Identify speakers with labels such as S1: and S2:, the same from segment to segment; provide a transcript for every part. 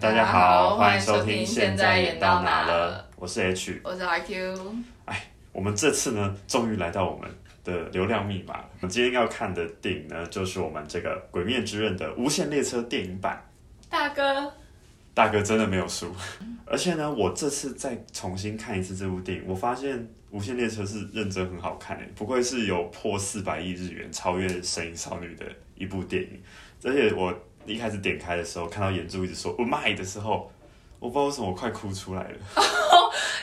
S1: 大家好，欢迎收听《现在演到哪了》，我是 H。
S2: 我是 RQ，
S1: 我们这次呢，终于来到我们的流量密码了。我们今天要看的电影呢，就是我们这个《鬼灭之刃》的《无限列车》电影版。
S2: 大哥，
S1: 大哥真的没有输， 而且呢，我这次再重新看一次这部电影，我发现《无限列车》是认真很好看诶，欸不愧是有破四百亿日元，超越《神隐少女》的一部电影。而且我一开始点开的时候，看到眼珠一直说“我卖”的时候，我不知道为什么我快哭出来了。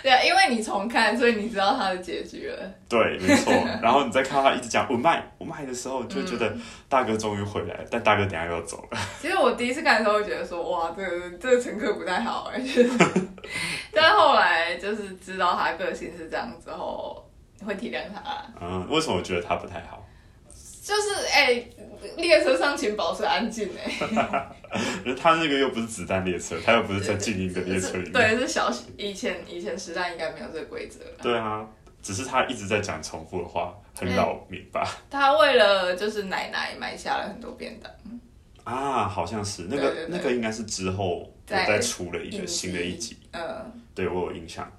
S2: 对啊，因为你重看，所以你知道他的结局了。
S1: 对，没错。然后你再看到他一直讲“我卖我卖”的时候，就会觉
S2: 嗯
S1: 得大哥终于回来了，但大哥等一下又要走了。
S2: 其实我第一次看的时候，我觉得说，哇，这个这个乘客不太好、欸， 就是但后来就是知道他个性是这样之后，会体谅他。
S1: 嗯，为什么我觉得他不太好？
S2: 就是哎、列车上请保持安静哎、
S1: 因为他那个又不是子弹列车，他又不是在静音的列车里面。
S2: 对，是小以前以前时代应该没有这个规则了。
S1: 对啊，只是他一直在讲重复的话，很
S2: 嗯
S1: 扰民吧？
S2: 他为了就是奶奶买下了很多便当，
S1: 啊，好像是那个
S2: 对对对
S1: 那个应该是之后我
S2: 在
S1: 再出了一个新的一集，
S2: 呃，
S1: 对我有印象。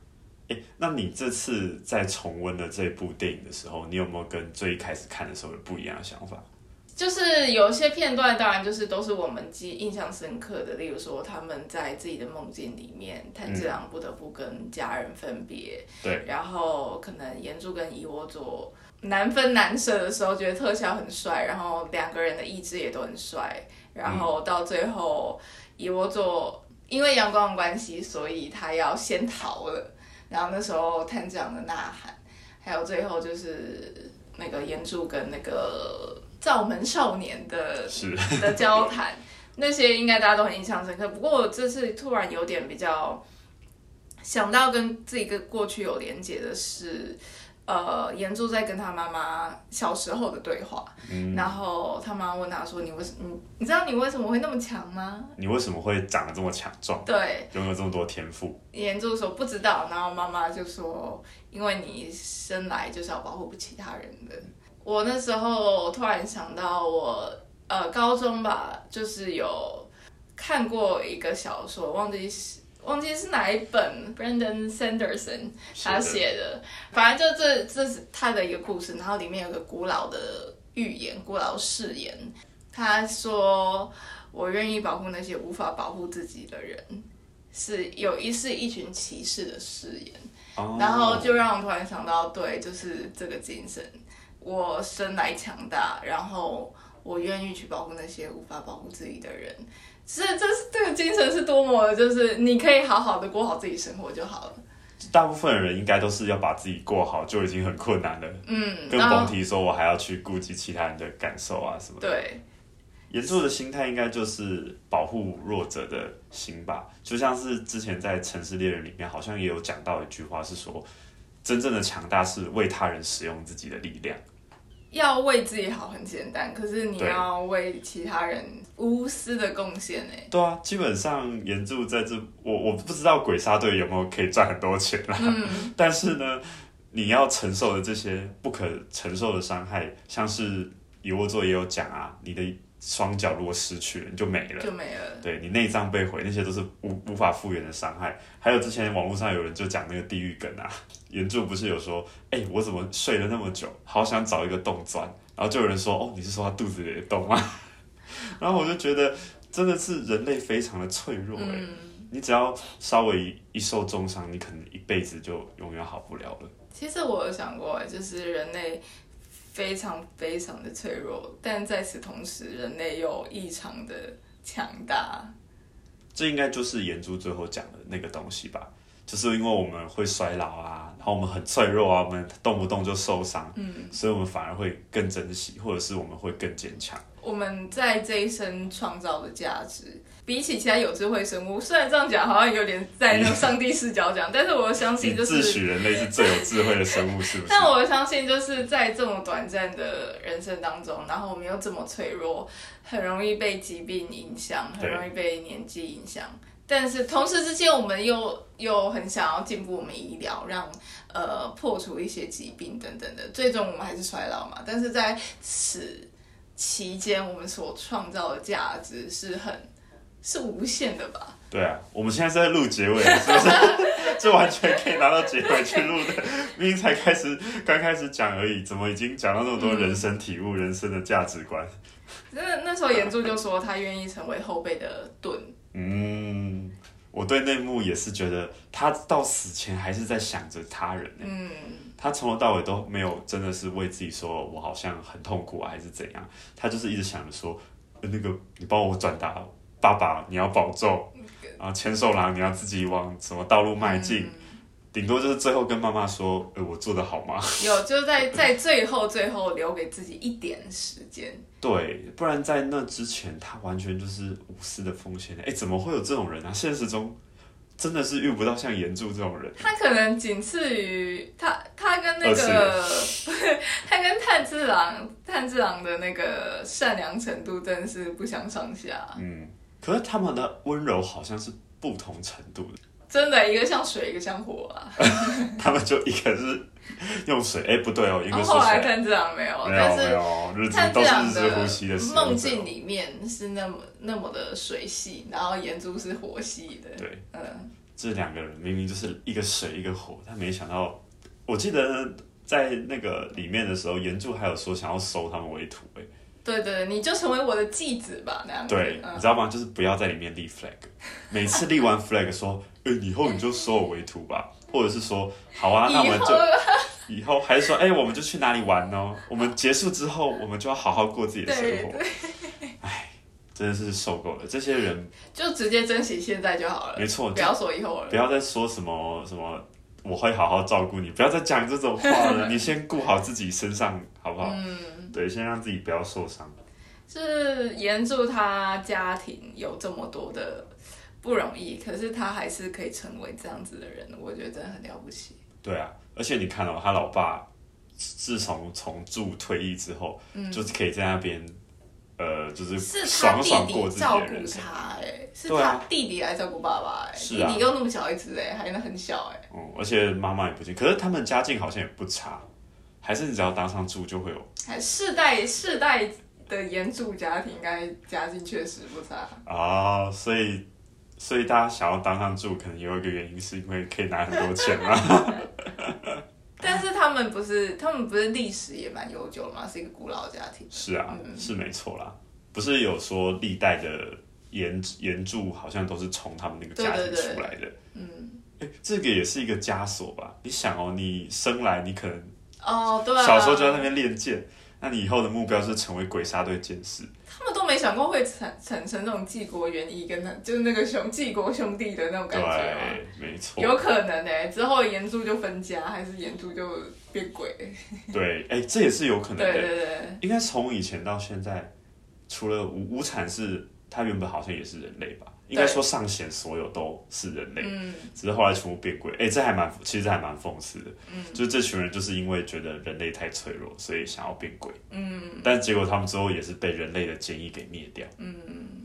S1: 哎、那你这次在重温了这部电影的时候，你有没有跟最一开始看的时候有不一样的想法？
S2: 就是有些片段，当然就是都是我们记忆印象深刻的，例如说他们在自己的梦境里面，炭治郎不得不跟家人分别，
S1: 对，
S2: 然后可能岩柱跟伊窝佐难分难舍的时候，觉得特效很帅，然后两个人的意志也都很帅，然后到最后伊窝佐因为阳光的关系，所以他要先逃了，然后那时候炭治郎的呐喊，还有最后就是那个岩柱跟那个灶门少 年的
S1: 是
S2: 的交谈，那些应该大家都很印象深刻。不过我这次突然有点比较想到跟自己跟过去有连结的是，呃，岩柱在跟他妈妈小时候的对话，然后他妈问他说：“你为什你你知道你为什么会那么强吗
S1: 你为什么会长得这么强壮，？”
S2: 对，
S1: 拥有这么多天赋？
S2: 岩柱说不知道，然后妈妈就说，因为你生来就是要保护其他人的。我那时候突然想到我，呃高中吧，就是有看过一个小说，忘记是忘记是哪一本，Brandon Sanderson
S1: 是的
S2: 他写的，反正就这这是他的一个故事，然后里面有个古老的寓言，古老誓言，他说我愿意保护那些无法保护自己的人，是有一是一群骑士的誓言，
S1: 哦
S2: 然后就让我突然想到，对，就是这个精神，我生来强大，然后我愿意去保护那些无法保护自己的人。是，这是这个精神是多么的，就是你可以好好的过好自己生活就好了。
S1: 大部分人应该都是要把自己过好就已经很困难了，
S2: 嗯，
S1: 更
S2: 然
S1: 甭
S2: 后
S1: 提说我还要去顾及其他人的感受啊什么的。
S2: 对，
S1: 严肃的心态应该就是保护弱者的心吧，就像是之前在《城市猎人》里面好像也有讲到一句话，是说真正的强大是为他人使用自己的力量。
S2: 要为自己好很简单，可是你
S1: 对
S2: 要为其他人无私的贡献哎。
S1: 对啊，基本上严柱在这，我我不知道鬼杀队有没有可以赚很多钱啦， 但是呢，你要承受的这些不可承受的伤害，像是蚁窝座也有讲啊，你的双脚如果失去了，你就没了。
S2: 就没了。
S1: 对你内脏被毁，那些都是无无法复原的伤害。还有之前网络上有人就讲那个地狱梗啊， 原著不是有说，哎、我怎么睡了那么久，好想找一个洞钻，然后就有人说，哦，你是说他肚子里的洞吗？ 然后我就觉得，真的是人类非常的脆弱、欸，
S2: 嗯，
S1: 你只要稍微一受重伤，你可能一辈子就永远好不了了。
S2: 其实我有想过，就是人类非常非常的脆弱，但在此同时，人类又异常的强大。
S1: 这应该就是岩珠最后讲的那个东西吧，就是因为我们会衰老啊，然后我们很脆弱啊，我们动不动就受伤，嗯，所以我们反而会更珍惜，或者是我们会更坚强。
S2: 我们在这一生创造的价值，比起其他有智慧生物，虽然这样讲好像有点在 那种上帝视角讲，但是我相信
S1: 你
S2: 就
S1: 自
S2: 是。
S1: 诩人类是最有智慧的生物，是不是？
S2: 但我相信，就是在这么短暂的人生当中，然后我们又这么脆弱，很容易被疾病影响，很
S1: 对
S2: 容易被年纪影响。但是同时之间，我们又又很想要进步我们医疗，让呃破除一些疾病等等的，最终我们还是衰老嘛。但是在此期间，我们所创造的价值是很是无限的吧？
S1: 对啊，我们现在是在录结尾，是不是？ 这完全可以拿到结尾去录的，明明才开始，刚开始讲而已，怎么已经讲到那么
S2: 嗯
S1: 多人生体悟、人生的价值观？
S2: 那那时候岩柱就说他愿意成为后辈的盾，
S1: 嗯，我对内幕也是觉得他到死前还是在想着他人、欸，
S2: 嗯，
S1: 他从头到尾都没有真的是为自己说我好像很痛苦啊，还是怎样，他就是一直想着说，呃那个你帮我转达，爸爸你要保重，然后千寿郎你要自己往什么道路迈进，顶、多就是最后跟妈妈说，呃，我做的好吗？
S2: 有就在在最后最后留给自己一点时间，
S1: 对，不然在那之前，他完全就是无私的奉献。哎，怎么会有这种人啊？现实中真的是遇不到像岩柱这种人。
S2: 他可能仅次于他他跟那
S1: 二次
S2: 个 他跟炭治郎炭治郎的那个善良程度真的是不相上下，
S1: 嗯，可是他们的温柔好像是不同程度的。
S2: 真的一个像水一个像火啊。
S1: 他们就一个是用水，哎，不对哦，一个
S2: 然啊后
S1: 是
S2: 后来
S1: 水，
S2: 炭治郎没有，
S1: 没有
S2: 但
S1: 没
S2: 是
S1: 有，日子
S2: 炭治
S1: 都是
S2: 郎
S1: 日
S2: 的
S1: 之呼吸的使用者
S2: 梦境里面是那么那么的水系，然后岩珠是火系的，
S1: 对，
S2: 嗯，
S1: 这两个人明明就是一个水一个火，但没想到，我记得在那个里面的时候，岩柱还有说想要收他们为徒，哎，
S2: 对对，你就成为我的继子吧，那样子，
S1: 对，你
S2: 嗯
S1: 知，道吗？就是不要在里面立 flag，每次立完 flag 说， 呃、以后你就收我为徒吧，或者是说，好啊，那我
S2: 以
S1: 们
S2: 后
S1: 就以后还是说，哎、我们就去哪里玩哦？我们结束之后，我们就要好好过自己的生
S2: 对
S1: 活。
S2: 对，
S1: 真的是受够了，这些人
S2: 就直接珍惜现在就好了，
S1: 没错
S2: 不要说以后了
S1: 不。要再说什么什么，我会好好照顾你，不要再讲这种话 了。你先顾好自己身上，好不好？
S2: 嗯，
S1: 对，先让自己不要受伤。
S2: 是岩柱他家庭有这么多的不容易，可是他还是可以成为这样子的人，我觉得真的很了不起。
S1: 对啊，而且你看哦，他老爸自从从住退役之后，就是可以在那边，呃，就是
S2: 是嗯他
S1: 爽
S2: 弟
S1: 爽过
S2: 弟
S1: 自己
S2: 照
S1: 的
S2: 顾
S1: 人生。
S2: 他、哎，是
S1: 对
S2: 他
S1: 啊
S2: 弟弟来照顾爸爸、哎、
S1: 是
S2: 弟
S1: 啊
S2: 弟又那么小一只，哎，还很小、哎，
S1: 嗯，而且妈妈也不近，可是他们家境好像也不差，还是你只要当上住就会有
S2: 还世代世代的严肃家庭，应该家境确实不差。
S1: 啊。所以，所以大家想要当上住，可能有一个原因是因为可以拿很多钱 嘛。
S2: 但是他们不是，他们不是历史也蛮悠久的嘛，是一个古老的家庭。
S1: 是啊，是没错啦。不是有说历代的岩岩柱好像都是从他们那个家
S2: 对
S1: 庭
S2: 对对
S1: 出来的，嗯，这个也是一个枷锁吧？你想哦，你生来你可能
S2: 哦，对啊，
S1: 小时候就在那边练剑，那你以后的目标是成为鬼杀队剑士，
S2: 他们都没想过会产产生这种纪国原意跟那就是那个兄纪国兄弟的那种
S1: 对
S2: 感觉嘛。，
S1: 没错，
S2: 有可能哎、之后岩柱就分家，还是岩柱就变鬼？
S1: 对，哎、这也是有可能
S2: 对
S1: 的，
S2: 对对。
S1: 应该从以前到现在，除了无无产是，它原本好像也是人类吧？应该
S2: 对
S1: 说上弦所有都是人类，
S2: 嗯
S1: 只是后来全部变鬼。哎、这还蛮，其实还蛮讽刺的。嗯，就是这群人就是因为觉得人类太脆弱，所以想要变鬼。嗯，但结果他们之后也是被人类的坚毅给灭掉。嗯，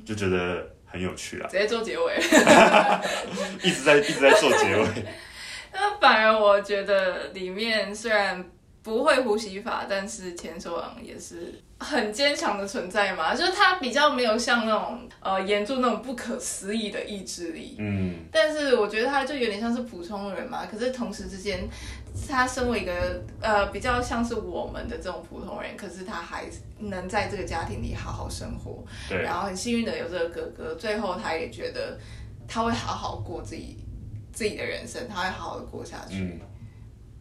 S1: 就觉得很有趣啦，
S2: 直接做结尾。
S1: 一直在一直在做结尾。
S2: 那反而我觉得里面虽然不会呼吸法，但是千手郎也是很坚强的存在嘛，就是他比较没有像那种呃岩柱那种不可思议的意志力。
S1: 嗯，
S2: 但是我觉得他就有点像是普通人嘛，可是同时之间，他身为一个呃比较像是我们的这种普通人，可是他还能在这个家庭里好好生活，
S1: 对，
S2: 然后很幸运的有这个哥哥，最后他也觉得他会好好过自己自己的人生，他会好好的过下去。
S1: 嗯。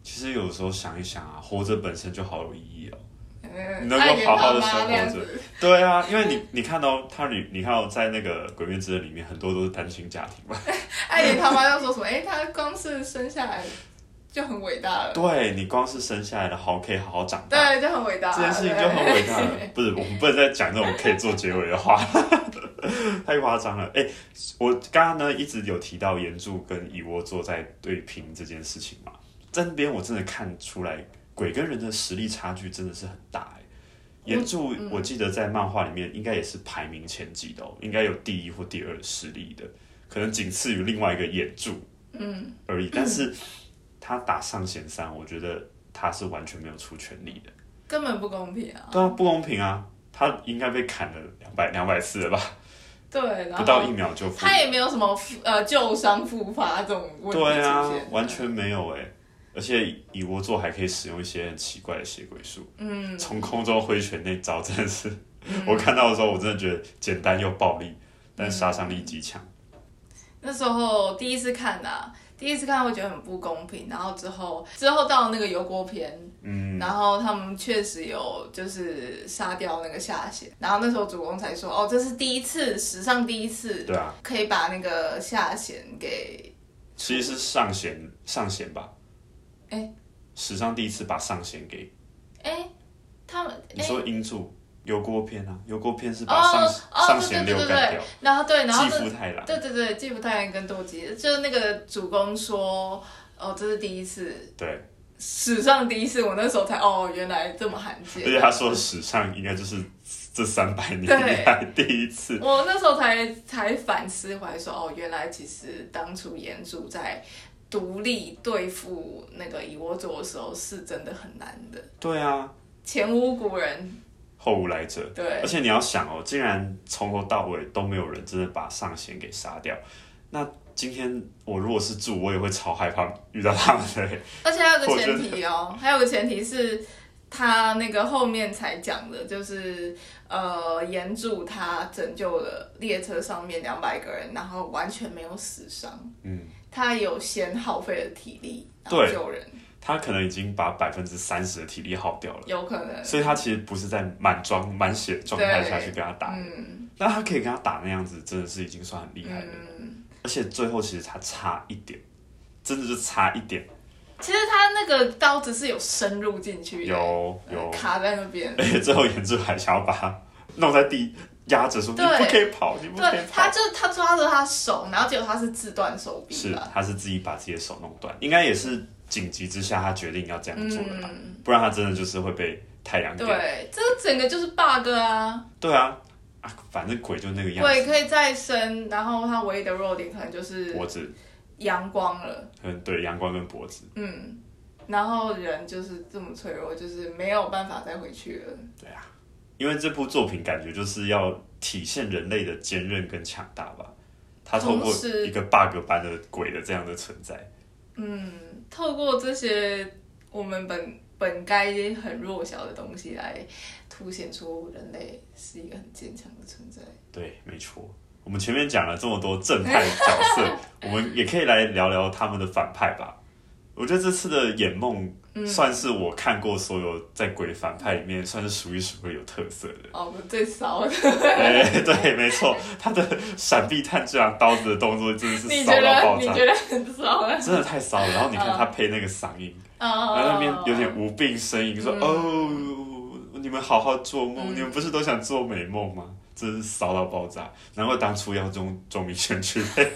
S1: 其实有时候想一想啊，活着本身就好有意义哦。
S2: 嗯
S1: 你能够好好地生活着
S2: 爱人好妈那样子
S1: 对啊，因为你你看到、哦、他你你看到、在那个《鬼灭之刃》里面，很多都是单亲家庭嘛。
S2: 爱莲他妈就说什么？哎、他光是生下来就很伟大了，
S1: 对你光是生下来的好可以好好长大，
S2: 对，就很伟大。
S1: 这件事情就很伟大了
S2: 对。
S1: 不是，我们不能再讲这种可以做结尾的 话，太夸张了。哎、我刚刚呢一直有提到岩柱跟蚁窝座在对拼这件事情嘛，在那边我真的看出来鬼跟人的实力差距真的是很大、哎。岩柱，
S2: 嗯
S1: 我记得在漫画里面应该也是排名前几的、哦，应该有第一或第二实力的，可能仅次于另外一个眼柱，嗯，而已。但是他打上弦三，我觉得他是完全没有出全力的。
S2: 根本不公平啊！
S1: 对啊，不公平啊！他应该被砍了两百两百次了吧？
S2: 对，然
S1: 不
S2: 后
S1: 到一秒就复
S2: 他也没有什么复呃旧伤复发这种问题
S1: 对啊
S2: 出现，
S1: 完全没有哎、而且蚁窝座还可以使用一些很奇怪的血鬼术，
S2: 嗯，
S1: 从空中挥拳那招真的是，我看到的时候我真的觉得简单又暴力，但杀伤力极强。
S2: 那时候第一次看的、啊，第一次看会觉得很不公平，然后之后之后到那个油锅篇，
S1: 嗯，
S2: 然后他们确实有就是杀掉那个下弦，然后那时候主公才说，哦，这是第一次，史上第一次
S1: 对啊，
S2: 可以把那个下弦给，
S1: 其实是上弦上弦吧，
S2: 哎
S1: 史上第一次把上弦给
S2: 哎，他们
S1: 你
S2: 哎，
S1: 说英柱油锅篇啊，油锅篇是把上、
S2: 哦哦，
S1: 上
S2: 对
S1: 弦
S2: 对
S1: 六
S2: 对
S1: 干
S2: 对
S1: 掉，，
S2: 然后对，然后
S1: 继
S2: 那
S1: 父太郎，
S2: 对对对，继父太原跟斗鸡，就是那个主公说，哦，这是第一次，
S1: 对，
S2: 史上第一次，我那时候才哦，原来这么罕
S1: 而
S2: 见。
S1: 且他说史上应该就是这三百年
S2: 对
S1: 来第一次，
S2: 我那时候才才反思回来说，哦，原来其实当初岩主在独立对付那个蚁窝族的时候，是真的很难的，
S1: 对啊，
S2: 前无古人。
S1: 后无来者。
S2: 对
S1: 而且你要想哦，竟然从头到尾都没有人真的把上弦给杀掉，那今天我如果是柱，我也会超害怕遇到他们的欸。
S2: 而且还有个
S1: 我觉
S2: 前提哦，还有个前提是他那个后面才讲的，就是呃，岩主他拯救了列车上面两百个人，然后完全没有死伤，
S1: 嗯，
S2: 他有先耗费了体力然后
S1: 对
S2: 救人，
S1: 他可能已经把百分之三十的体力耗掉了。
S2: 有可能，
S1: 所以他其实不是在满装满血的状态下去跟他打，
S2: 嗯
S1: 那他可以跟他打那样子，真的是已经算很厉害的。
S2: 嗯。
S1: 而且最后其实他差一点，真的就差一点，
S2: 其实他那个刀子是有深入进去的，
S1: 有
S2: 呃
S1: 有，
S2: 卡在那边。
S1: 而且最后岩柱还想要把他弄在地压着说你
S2: 对
S1: 不可以跑，你不可以
S2: 对，他
S1: 跑。
S2: 就他抓着他手，然后结果他是自断手臂
S1: 是
S2: 吧？，
S1: 他是自己把自己的手弄断，应该也是紧急之下他决定要这样做的吧，
S2: 嗯，
S1: 不然他真的就是会被太阳点。
S2: 对，这整个就是 bug 啊，
S1: 对啊，啊，反正鬼就那个样
S2: 鬼
S1: 子，
S2: 可以再生，然后它唯一的弱点可能就是
S1: 脖子，
S2: 阳光了，
S1: 嗯，对，阳光跟脖子。
S2: 嗯，然后人就是这么脆弱，就是没有办法再回去了。
S1: 因为这部作品感觉就是要体现人类的坚韧跟强大吧。它透过
S2: 同时
S1: 一个 bug 般的鬼的这样的存在，
S2: 嗯，透过这些我们本本该很弱小的东西来凸显出人类是一个很坚强的存在。
S1: 对，没错。我们前面讲了这么多正派的角 色，我们也可以来聊聊他们的反派吧。我觉得这次的眼梦
S2: 嗯
S1: 算是我看过所有在鬼反派里面算是数一数二有特色的。
S2: 哦，我最骚的，
S1: 哎、对，没错，他的闪避探这样刀子的动作真的是
S2: 你
S1: 骚
S2: 觉
S1: 到
S2: 得
S1: 爆
S2: 你
S1: 炸，
S2: 觉得嗯很骚啊？
S1: 真的太骚了。然后你看他配那个嗓音，然后那边有点无病呻吟，说：“哦，你们好好做梦，你们不是都想做美梦吗？”真是骚到爆炸！难怪当初要用钟明轩去 配，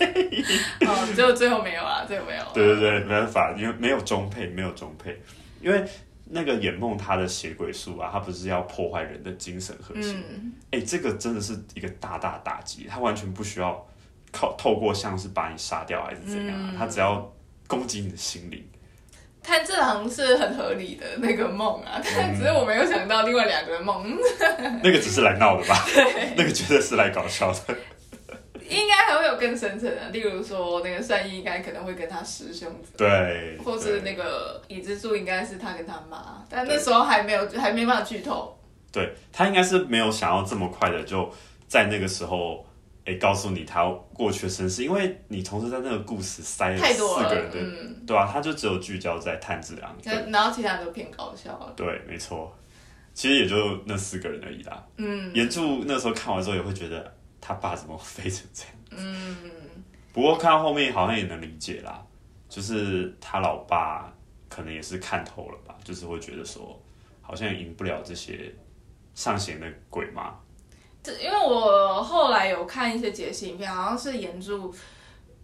S2: 哦，最后最后没有啊，最后没有啊。
S1: 对对对，没办法，因为没有中配，没有中配，因为那个眼梦他的邪鬼术啊，他不是要破坏人的精神核心？
S2: 嗯，
S1: 哎、这个真的是一个大大打击，他完全不需要靠透过像是把你杀掉还是怎样、啊，他只要攻击你的心灵。
S2: 但这好像是很合理的那个梦啊，但只是我没有想到另外两个人梦，嗯
S1: 那个只是来闹的吧？那个绝对是来搞笑的。
S2: 应该还会有更深层的，例如说那个善意应该可能会跟他师兄
S1: 对，
S2: 或是
S1: 对
S2: 那个椅子柱应该是他跟他妈，但那时候还没有，还没办法剧透。
S1: 对他应该是没有想要这么快的就在那个时候，哎、告诉你他过去的身世，因为你同时在那个故事塞了
S2: 太多
S1: 四
S2: 了
S1: 个人的，
S2: 嗯
S1: 对啊，他就只有聚焦在炭治郎，
S2: 可然后其他人都偏搞笑了。
S1: 对，没错，其实也就那四个人而已啦。
S2: 嗯
S1: 岩柱那时候看完之后也会觉得他爸怎么飞成这样，
S2: 嗯，
S1: 不过看到后面好像也能理解啦，就是他老爸可能也是看透了吧，就是会觉得说好像赢不了这些上弦的鬼嘛，
S2: 这因为我后来有看一些解析影片，好像是岩柱，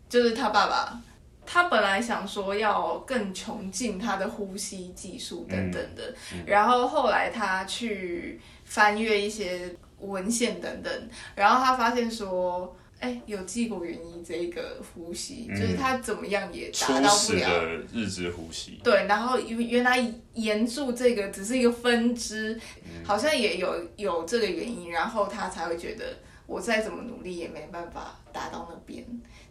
S2: 就是他爸爸，他本来想说要更穷尽他的呼吸技
S1: 嗯
S2: 术等等的，然后后来他去翻阅一些文献等等，然后他发现说。哎，有纪国云一这一个呼吸，
S1: 嗯
S2: 就是他怎么样也达
S1: 初
S2: 到不
S1: 始
S2: 了
S1: 的日之呼吸，
S2: 对，然后原原来岩柱这个只是一个分支，好像也有有这个原因，然后他才会觉得我再怎么努力也没办法达到那边。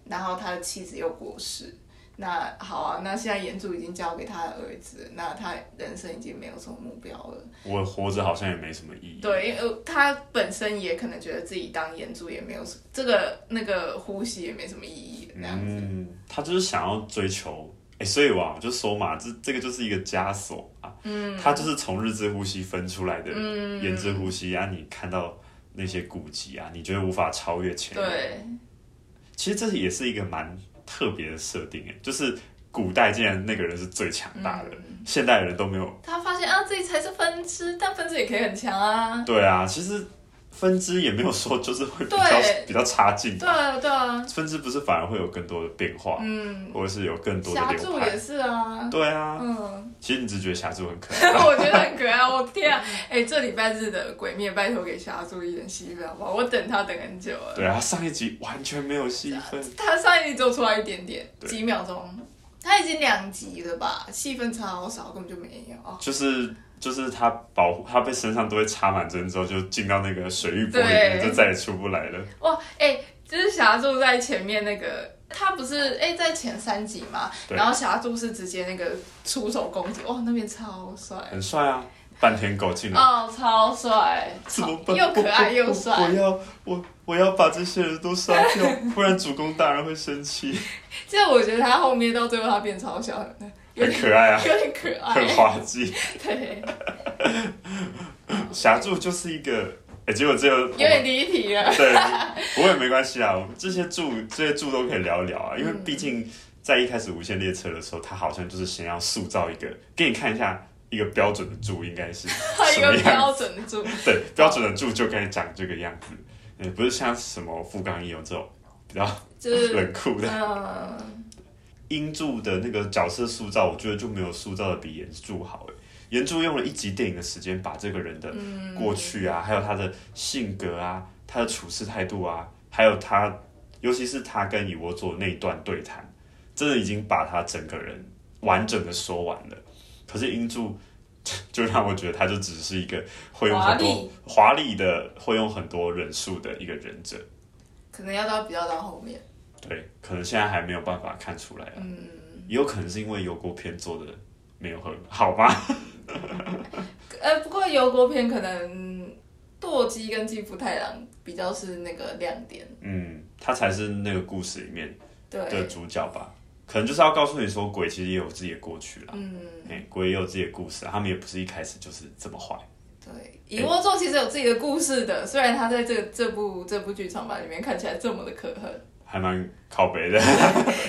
S2: 然后他的妻子又过世，那好啊，那现在岩柱已经交给他的儿子，那他人生已经没有什么目标了。
S1: 我活着好像也没什么意义。
S2: 对，因为呃他本身也可能觉得自己当岩柱也没有什这个那个呼吸也没什么意义，那样子。
S1: 嗯，他就是想要追求，哎、所以哇，我就说嘛，这这个就是一个枷锁啊，嗯，他就是从日之呼吸分出来的
S2: 嗯
S1: 言之呼吸啊，你看到那些古籍啊，你觉得无法超越前人，
S2: 对，
S1: 其实这也是一个蛮特别的设定，哎，就是古代竟然那个人是最强大的，
S2: 嗯
S1: 现代人都没有，
S2: 他发现啊自己才是分支，但分支也可以很强啊。
S1: 对啊，其实分支也没有说就是会比较
S2: 对
S1: 比较差劲
S2: 对，啊，对啊，
S1: 分支不是反而会有更多的变化，
S2: 嗯，
S1: 或者是有更多的
S2: 霞
S1: 流
S2: 柱
S1: 派
S2: 也，是啊，
S1: 对啊，
S2: 嗯。
S1: 其实你只觉得霞柱很可爱。
S2: 我觉得很可爱，我天啊！哎、这礼拜日的《鬼灭》拜托给霞柱一点戏份好不好？我等他等很久了。
S1: 对啊，上一集完全没有戏份，
S2: 他上一集只有出来一点点，
S1: 对
S2: 几秒钟，他已经两集了吧？戏份超少，根本就没有。哦
S1: 就是就是他保护他被身上都会插满针之后，就进到那个水域波里面，
S2: 对
S1: 就再也出不来了。
S2: 哇，哎、就是霞柱在前面那个。他不是哎、在前三集嘛，
S1: 对
S2: 然后霞柱是直接那个出手攻击，哇，那边超帅
S1: 很帅啊，半天狗进来，
S2: 哦，超帅，
S1: 嗯怎
S2: 超
S1: 么办？
S2: 又可爱
S1: 我
S2: 又
S1: 我我
S2: 帅
S1: 我。要我我要把这些人都杀 掉，不然主公大人会生气。
S2: 其实我觉得他后面到最后他变超小了，有
S1: 很
S2: 点
S1: 可爱啊，
S2: 有点可
S1: 很
S2: 爱，
S1: 滑稽。
S2: 对。
S1: 霞柱就是一个，哎、结果只有
S2: 有点离题了。
S1: 对，不过也没关系啊，我们这些柱这些柱都可以聊一聊啊，因为毕竟在一开始《无限列车》的时候，他好像就是先要塑造一个，给你看一下一个标准的柱应该是
S2: 它
S1: 什
S2: 一
S1: 么
S2: 个
S1: 样，
S2: 标准的柱，
S1: 对，标准的柱就该长这个样子，也不是像什么富冈义勇这种比较
S2: 就是
S1: 冷酷的。
S2: 嗯，
S1: 英柱的那个角色塑造，我觉得就没有塑造的比岩柱好诶。岩柱用了一集电影的时间，把这个人的
S2: 嗯
S1: 过去啊，还有他的性格啊，他的处事态度啊，还有他，尤其是他跟以窝做那一段对谈，真的已经把他整个人完整的说完了。可是英柱就让我觉得他就只是一个会用很
S2: 华丽
S1: 多华丽的，会用很多忍术的一个忍者。
S2: 可能要到比较到后面，
S1: 对，可能现在还没有办法看出来、啊。嗯，也有可能是因为油锅片做的没有很好吧？
S2: 呃，不过油锅片可能舵姬跟继父太郎比较是那个亮点，
S1: 嗯，他才是那个故事里面的
S2: 对，
S1: 主角吧？可能就是要告诉你说，鬼其实也有自己的过去啦。
S2: 嗯，
S1: 哎、鬼也有自己的故事啊，他们也不是一开始就是这么坏。
S2: 对，蚁窝座其实有自己的故事的，虽然他在这这部这部剧场版里面看起来这么的可恨，
S1: 还蛮靠北 的，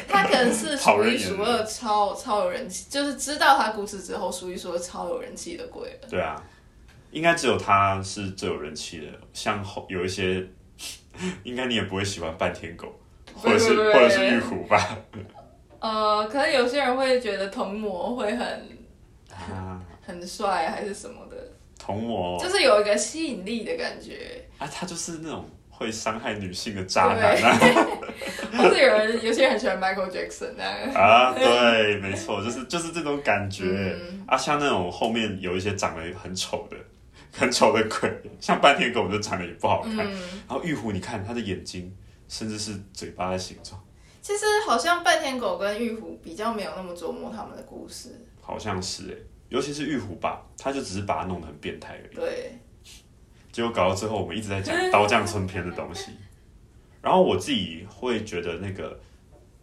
S2: 他可 能是
S1: 讨
S2: 数
S1: 人
S2: 一
S1: 厌
S2: 数二超超有人气，就是知道他故事之后数一数二超有人气的鬼了，
S1: 对啊，应该只有他是最有人气的。像后有一些， 应该你也不会喜欢半天狗，或者是
S2: 对对对
S1: 或者是玉虎吧？
S2: 呃，可能有些人会觉得童模会很
S1: 啊，
S2: 很帅还是什么的，
S1: 童魔
S2: 就是有一个吸引力的感觉。
S1: 啊，他就是那种会伤害女性的渣男啊！
S2: 或是有人有些人很喜欢 Michael Jackson 那样，
S1: 啊，对，没错，就是就是这种感觉、
S2: 嗯
S1: 啊，像那种后面有一些长得很丑的、很丑的鬼，像半天狗就长得也不好看。
S2: 嗯，
S1: 然后玉虎，你看他的眼睛，甚至是嘴巴的形状，
S2: 其实好像半天狗跟玉虎比较没有那么琢磨他们的故事，
S1: 好像是哎，尤其是玉虎吧，他就只是把它弄得很变态而已。
S2: 对，
S1: 结果搞到最后，我们一直在讲刀匠村篇的东西。然后我自己会觉得那个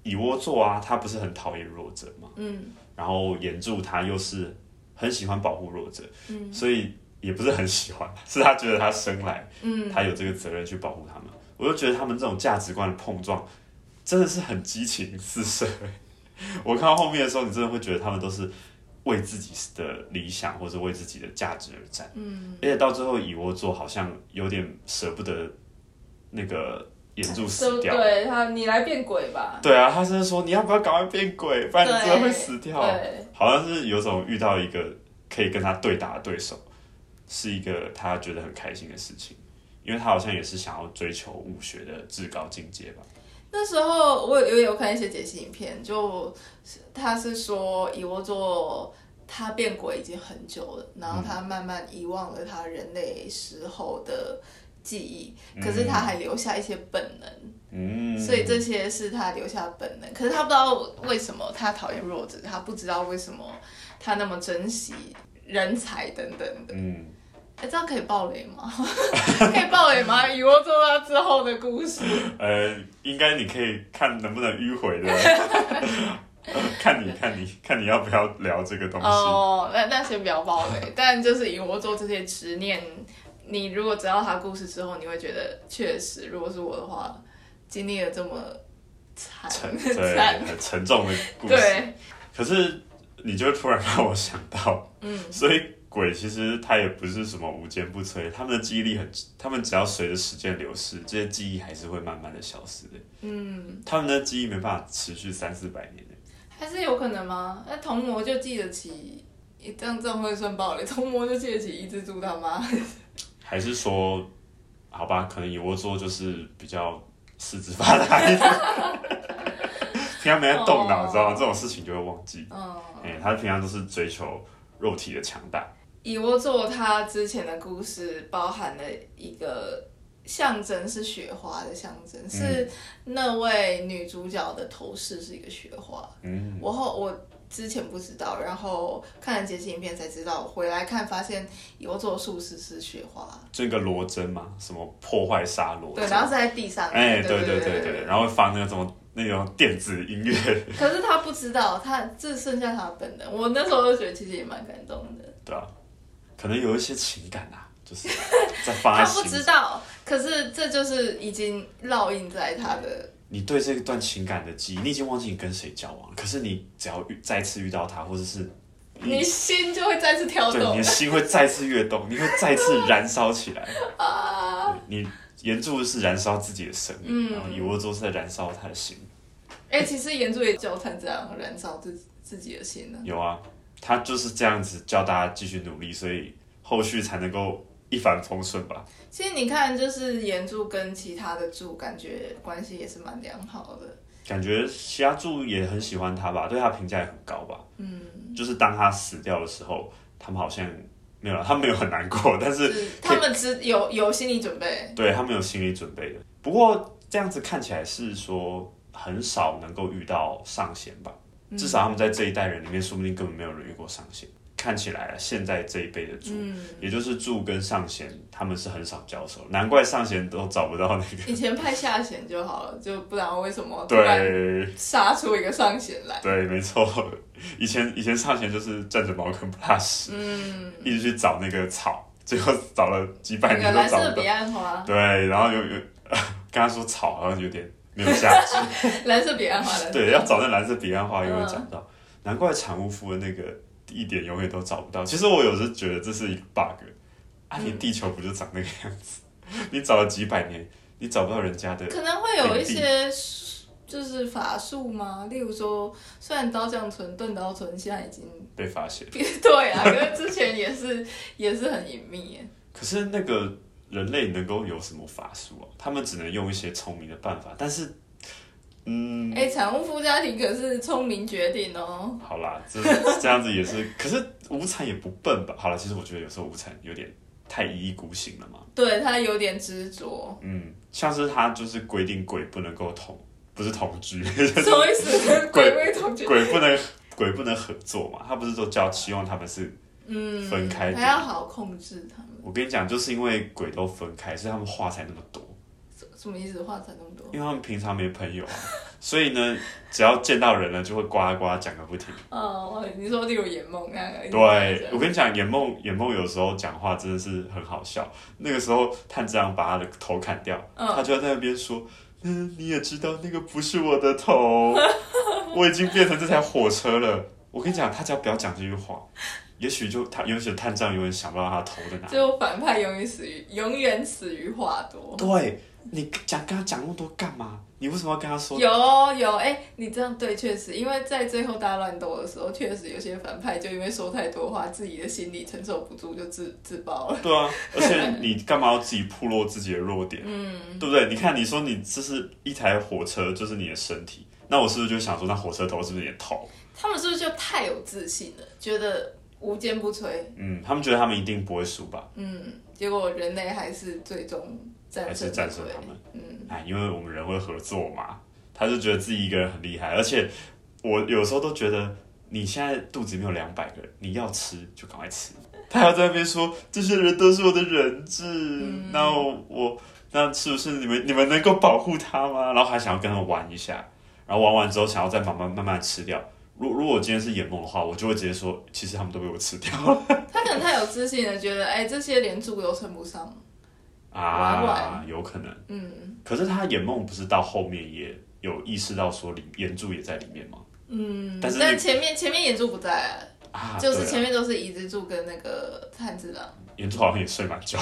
S1: 以窝座啊，他不是很讨厌弱者吗？
S2: 嗯，
S1: 然后岩柱他又是很喜欢保护弱者，嗯，所以也不是很喜欢， 是他觉得他生来，嗯，他有这个责任去保护他们。我就觉得他们这种价值观的碰撞，真的是很激情四射。 我看到后面的时候，你真的会觉得他们都是为自己的理想或者为自己的价值而战，嗯，而且到最后蚁窝座好像有点舍不得那个岩柱死
S2: 是
S1: 掉。
S2: 对他你来变鬼吧，
S1: 对啊，他甚至说你要不要赶快变鬼，不然你真的会死掉。
S2: 对，
S1: 好像是有种遇到一个可以跟他对打的对手，是一个他觉得很开心的事情，因为他好像也是想要追求武学的至高境界吧。
S2: 那时候我有有看一些解析影片，就是他是说以窝座。他变鬼已经很久了，然后他慢慢遗忘了他人类时候的记忆，可是他还留下一些本能。
S1: 嗯，
S2: 所以这些是他留下的本能。可是他不知道为什么他讨厌弱者，他不知道为什么他那么珍惜人才等等的。
S1: 嗯，
S2: 哎、这样可以爆雷吗？ 可以爆雷吗？以后做到之后的故事，
S1: 呃，应该你可以看能不能迂回的， 看你看你看你要不要聊这个东西。
S2: 哦，那那先不要暴雷， 但就是以我做这些执念，你如果知道他故事之后，你会觉得确实，如果是我的话，经历了这么惨
S1: 沉对
S2: 惨，
S1: 很沉重的故事，
S2: 对，
S1: 可是你就突然让我想到，
S2: 嗯，
S1: 所以鬼其实它也不是什么无坚不摧，他们的记忆力很，他们只要随着时间流逝，这些记忆还是会慢慢的消失的。
S2: 嗯，
S1: 他们的记忆没办法持续三四百年的，
S2: 还是有可能吗？那童魔就记得起，这样这样会算暴雷， 童魔就记得起一只猪他妈，
S1: 还是说，好吧，可能有窝座就是比较四肢发达一点， 平常没在动脑，
S2: 哦
S1: 知道吗？这种事情就会忘记。
S2: 嗯。
S1: 哎、他平常都是追求肉体的强大。
S2: 以窝座它之前的故事包含了一个象征是雪花的象征，是那位女主角的头饰是一个雪花。
S1: 嗯，
S2: 我后我之前不知道，然后看了解析影片才知道，回来看发现以窝座术士是雪花，
S1: 这个罗针嘛，什么破坏沙罗
S2: 对，
S1: 针，
S2: 然后是在地上的，
S1: 哎、
S2: 对
S1: 对
S2: 对
S1: 对对，然后会放那种那种电子音乐，
S2: 可是他不知道，他只剩下他的本能。我那时候就觉得其实也蛮感动的。
S1: 对啊，可能有一些情感啊，就是在放在
S2: 他不
S1: 心
S2: 知道，可是这就是已经烙印在他的
S1: 你对这段情感的记忆，你已经忘记你跟谁交往了，可是你只要遇再次遇到他，或者是
S2: 你心就会再次跳
S1: 对你
S2: 动
S1: 的心会再次跃动，你会再次燃烧起 来。
S2: 啊！
S1: 对你岩柱是燃烧自己的生命，然后
S2: 嗯
S1: 以窝座是在燃烧他的心。
S2: 哎、其实岩柱也纠缠这样燃烧自己自己的心呢、
S1: 有啊，他就是这样子教大家继续努力，所以后续才能够一帆风顺吧。
S2: 其实你看，就是岩柱跟其他的柱感觉关系也是蛮良好的。
S1: 感觉其他柱也很喜欢他吧，对他评价也很高吧。
S2: 嗯，
S1: 就是当他死掉的时候，他们好像没有啦，他们没有很难过， 但是
S2: 是他们只有有心理准备。
S1: 对他们有心理准备的。不过这样子看起来是说很少能够遇到上弦吧，
S2: 嗯
S1: 至少他们在这一代人里面，说不定根本没有人遇过上弦。看起来啊现在这一辈的柱，
S2: 嗯，
S1: 也就是柱跟上弦，他们是很少交手，难怪上弦都找不到那个。
S2: 以前派下弦就好了，就不然为什么突然
S1: 对
S2: 杀出一个上弦来？
S1: 对，没错，以前以前上弦就是站着茅坑不拉屎，
S2: 嗯，
S1: 一直去找那个草， 最后找了几百
S2: 那
S1: 年
S2: 个蓝
S1: 都
S2: 色
S1: 找
S2: 的
S1: 不
S2: 彼
S1: 到。
S2: 岸花，
S1: 对，然后有 有、跟他说草好像有点没有价值，
S2: 蓝色彼岸 花，蓝色
S1: 对，要找那蓝色彼岸花永远找不到，
S2: 嗯
S1: 难怪产屋夫的那个地点永远都找不到。其实我有时觉得这是一个 bug，啊，
S2: 嗯
S1: 你地球不就长那个样子？ 你找了几百年，你找不到人家的，
S2: 可能会有 一些就是法术吗？例如说，虽然刀匠村、钝刀村现在已经
S1: 被发现。
S2: 对啊，因为之前也是也是很隐秘耶。
S1: 可是那个人类能够有什么法术啊？他们只能用一些聪明的办法，但是，嗯，
S2: 哎、产物附家庭可是聪明绝顶哦。
S1: 好啦，这这样子也是，可是无产也不笨吧？好了，其实我觉得有时候无产有点太一意孤行了嘛。
S2: 对他有点执着，
S1: 嗯，像是他就是规定鬼不能够同，不是同居，
S2: 什么 意思？
S1: 鬼
S2: 鬼未同居，
S1: 鬼不能鬼不能合作嘛。他不是说叫希望他们是，
S2: 嗯，
S1: 分开
S2: 还要好控制他们。
S1: 我跟你讲，就是因为鬼都分开，所以他们话才那么多，
S2: 什什么意思？话才那么多？
S1: 因为他们平常没朋友啊，所以呢，只要见到人了就会呱呱讲个不停。
S2: 哦，你说例如演梦啊那个？
S1: 对，我跟你讲，眼梦眼梦有时候讲话真的是很好笑。那个时候炭治郎把他的头砍掉，
S2: 嗯
S1: 他就在那边说：“嗯，你也知道那个不是我的头， 我已经变成这台火车了。”我跟你讲，他只要不要讲这句话，也许就他，也许炭治郎永远想不到他头在哪。
S2: 就反派永远死于永远死于话多。
S1: 对你讲跟他讲那么多干嘛？你为什么要跟他说？
S2: 有有，哎、你这样对，确实，因为在最后大乱斗的时候，确实有些反派就因为说太多话，自己的心理承受不住，就自自爆 了。
S1: 对啊，而且你干嘛要自己暴露自己的弱点？嗯，对不对？你看，你说你这是一台火车，就是你的身体，那我是不是就想说，那火车头是不是你的头？
S2: 他们是不是就太有自信了，觉得无坚不摧？
S1: 嗯，他们觉得他们一定不会输吧？
S2: 嗯，结果人类还是最终战
S1: 还
S2: 胜
S1: 是
S2: 了
S1: 战胜
S2: 对
S1: 他们。
S2: 嗯，
S1: 哎，因为我们人会合作嘛，他就觉得自己一个人很厉害，而且我有时候都觉得，你现在肚子里面有两百个人，你要吃就赶快吃。他还在那边说，这些人都是我的人质，
S2: 嗯
S1: 那我我那是不是你们你们能够保护他吗？然后还想要跟他们玩一下，然后玩完之后想要再慢慢慢慢吃掉。如如果我今天是演梦的话，我就会直接说，其实他们都被我吃掉了
S2: 他可能太有自信了，觉得哎、这些连住都称不上。玩
S1: 啊，
S2: 完
S1: 有可能。
S2: 嗯
S1: 可是他演梦不是到后面也有意识到说里原著也在里面吗？
S2: 嗯，
S1: 但是你
S2: 前面前面岩柱不在、啊，
S1: 啊，
S2: 就是
S1: 对啊
S2: 前面都是伊之助跟那个炭治郎。
S1: 演出好像也睡蛮久，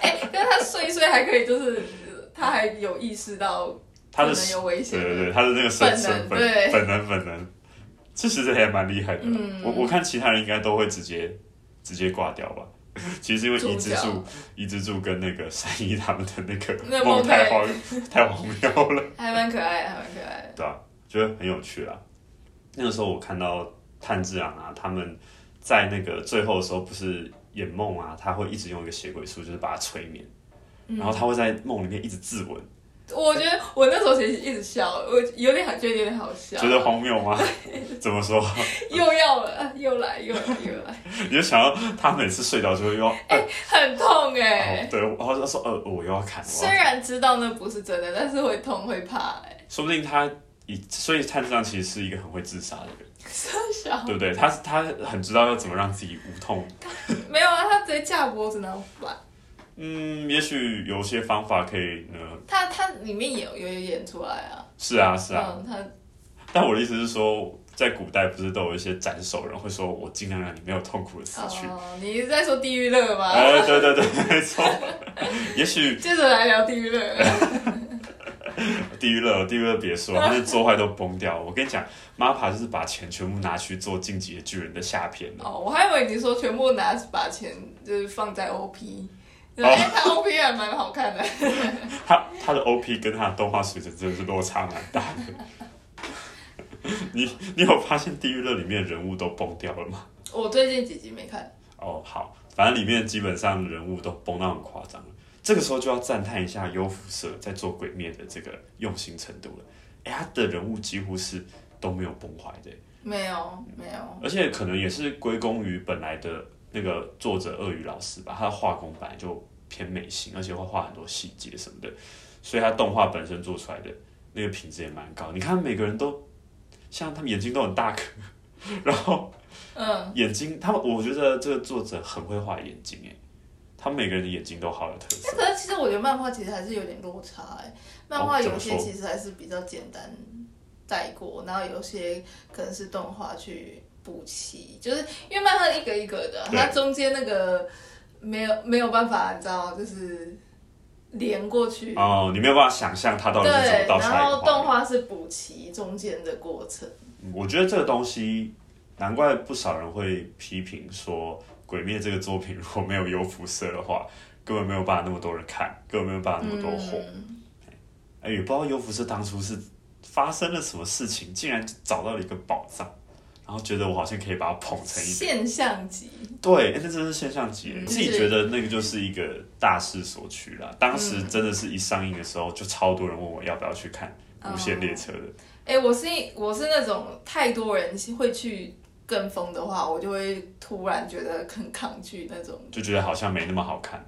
S2: 哎、但是他睡一睡还可以，就是呃他还有意识到
S1: 他
S2: 可
S1: 的
S2: 能有危险
S1: 对。对对，他的那个身
S2: 本能
S1: 身本
S2: 对嗯
S1: 本能本能，这其实也蛮厉害的啦。我我看其他人应该都会直接直接挂掉吧。 其实因为
S2: 助
S1: 伊之
S2: 教
S1: 助、伊之助跟那个三一他们的那
S2: 那
S1: 个
S2: 梦
S1: 梦太
S2: 太
S1: 荒 太荒谬了，
S2: 还蛮可爱的，还蛮可爱的。
S1: 对啊？觉得很有趣啦。那个时候我看到炭治郎啊，他们在那个最后的时候，不是演梦啊，他会一直用一个血鬼术，就是把他催眠，
S2: 嗯
S1: 然后他会在梦里面一直自刎，
S2: 我觉得我那时候其实一直笑，我有点好觉得有点好笑，
S1: 觉得荒谬 吗？怎么说？
S2: 又要了，又来，又来，又来，
S1: 你就想到他每次睡着就会要，呃
S2: 很痛哎、
S1: 哦，对，然后他说，呃，我又要砍，我
S2: 虽
S1: 要砍
S2: 然知道那不是真的，但是会痛会怕哎、
S1: 说不定他以，所以炭治郎其实是一个很会自杀的人，
S2: 傻小
S1: 对不对？他他很知道要怎么让自己无痛，
S2: 没有啊，他直接架脖子那反。
S1: 嗯，也许有些方法可以呢，
S2: 他他里面也有有演出来啊，
S1: 是啊是啊，
S2: 嗯，他
S1: 但我的意思是说。在古代不是都有一些斩首人会说，我尽量让你没有痛苦的死去。
S2: 哦，你是在说地狱乐吗？
S1: 哎、对对对，没错。也许
S2: 接着来聊地狱乐，
S1: 地狱乐，地狱乐别说，他那做坏都崩掉。我跟你讲，MAPA 就是把钱全部拿去做《进击的巨人》的下篇了。
S2: 哦，我还以为你说全部拿把钱就是放在 OP，
S1: 哦
S2: 哎、他 OP 还蛮好看的，
S1: 他他的 OP 跟他的动画水准真的是落差蛮大的。 你你有发现地狱乐里面人物都崩掉了吗？
S2: 我最近几集没看，
S1: 哦，好，反正里面基本上人物都崩到很夸张了。这个时候就要赞叹一下优辐社在做鬼灭的这个用心程度了。哎、他的人物几乎是都没有崩坏的。
S2: 没有没有，
S1: 而且可能也是归功于本来的那个作者鳄鱼老师吧，他的画工本来就偏美型，而且会画很多细节什么的，所以他动画本身做出来的那个品质也蛮高。你看每个人都像他们眼睛都很大颗， 然后
S2: 嗯，
S1: 眼睛他们，我觉得这个作者很会画眼睛诶，他们每个人的眼睛都好有特色。
S2: 可是其实我觉得漫画其实还是有点落差哎、漫画
S1: 哦怎
S2: 有
S1: 么
S2: 些
S1: 说
S2: 其实还是比较简单带过，然后有些可能是动画去补齐，就是因为漫画一个一个的，
S1: 对
S2: 它中间那个没有没有办法，你知道，就是连过去。
S1: 哦，你没有办法想象他到底是怎么
S2: 对，
S1: 到下
S2: 然
S1: 一个
S2: 后
S1: 画
S2: 动
S1: 面。
S2: 画是补齐中间的过程，
S1: 我觉得这个东西，难怪不少人会批评说，《鬼灭》这个作品如果没有有辐射的话，根本没有办法那么多人看，根本没有办法那么多火。
S2: 嗯
S1: 哎、也不知道有辐射当初是发生了什么事情，竟然找到了一个宝藏，然后觉得我好像可以把它捧成一个。
S2: 现象级，
S1: 对，哎那真的是现象级。
S2: 嗯
S1: 自己
S2: 是
S1: 觉得那个就是一个大势所趋啦。当时
S2: 嗯
S1: 真的是一上映的时候，就超多人问我要不要去看《无限列车》的。
S2: 哎、我是我是那种太多人会去跟风的话，我就会突然觉得很抗拒那种。
S1: 就觉得好像没那么好看了。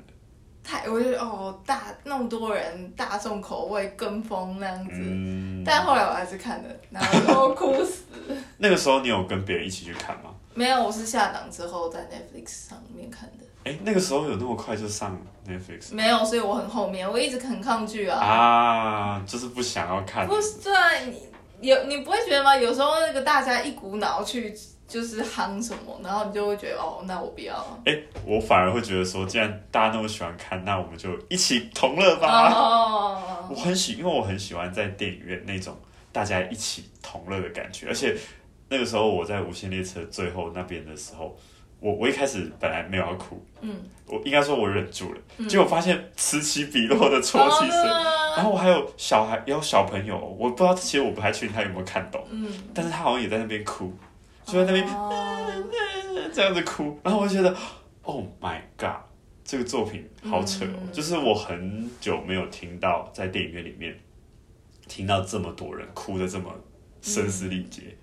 S2: 太，我就觉得哦，大那么多人大众口味跟风那样子。
S1: 嗯，
S2: 但后来我还是看了，然后我哭死。
S1: 那个时候你有跟别人一起去看吗？
S2: 没有，我是下档之后在 Netflix 上面看的。
S1: 哎、那个时候有那么快就上 Netflix
S2: 没有，所以我很后面，我一直很抗拒啊。
S1: 啊？就是不想要看。
S2: 不是，对啊，你有你不会觉得吗？有时候那个大家一股脑去就是夯什么，然后你就会觉得哦，那我不要。
S1: 哎、我反而会觉得说，既然大家那么喜欢看，那我们就一起同乐吧。
S2: 哦
S1: 我，很喜，因为我很喜欢在电影院那种大家一起同乐的感觉，而且那个时候我在《无限列车》最后那边的时候，我我一开始本来没有要哭，
S2: 嗯，
S1: 我应该说我忍住了，结果发现此起彼落的啜
S2: 哦
S1: 泣声， 然
S2: 声，
S1: 后我还有小孩，也有小朋友，我不知道，其实我不太确定他有没有看懂，
S2: 嗯，
S1: 但是他好像也在那边哭，就在那边、
S2: 哦
S1: 这样子哭，然后我就觉得，Oh my god，这个作品好扯哦，
S2: 嗯
S1: 就是我很久没有听到在电影院里面听到这么多人哭的这么声嘶力竭，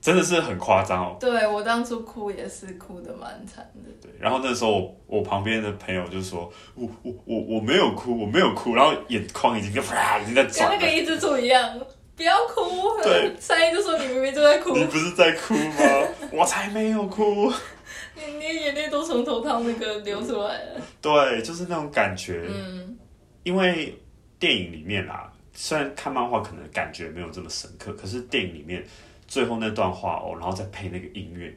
S1: 真的是很夸张哦。
S2: 对我当初哭也是哭的蛮惨的，
S1: 对，然后那时候我我旁边的朋友就说，我我我我没有哭，我没有哭，然后眼眶已经在 啪已经在
S2: 跟
S1: 转
S2: 那个
S1: 了。
S2: 一只兔一样，不要哭。
S1: 对，
S2: 三一就说你明明就在哭，
S1: 你不是在哭吗？ 我才没有哭。
S2: 你你眼泪都从头汤那个流出来了。
S1: 对，就是那种感觉。
S2: 嗯，
S1: 因为电影里面啦，虽然看漫画可能感觉没有这么深刻，可是电影里面最后那段话哦，然后再配那个音乐，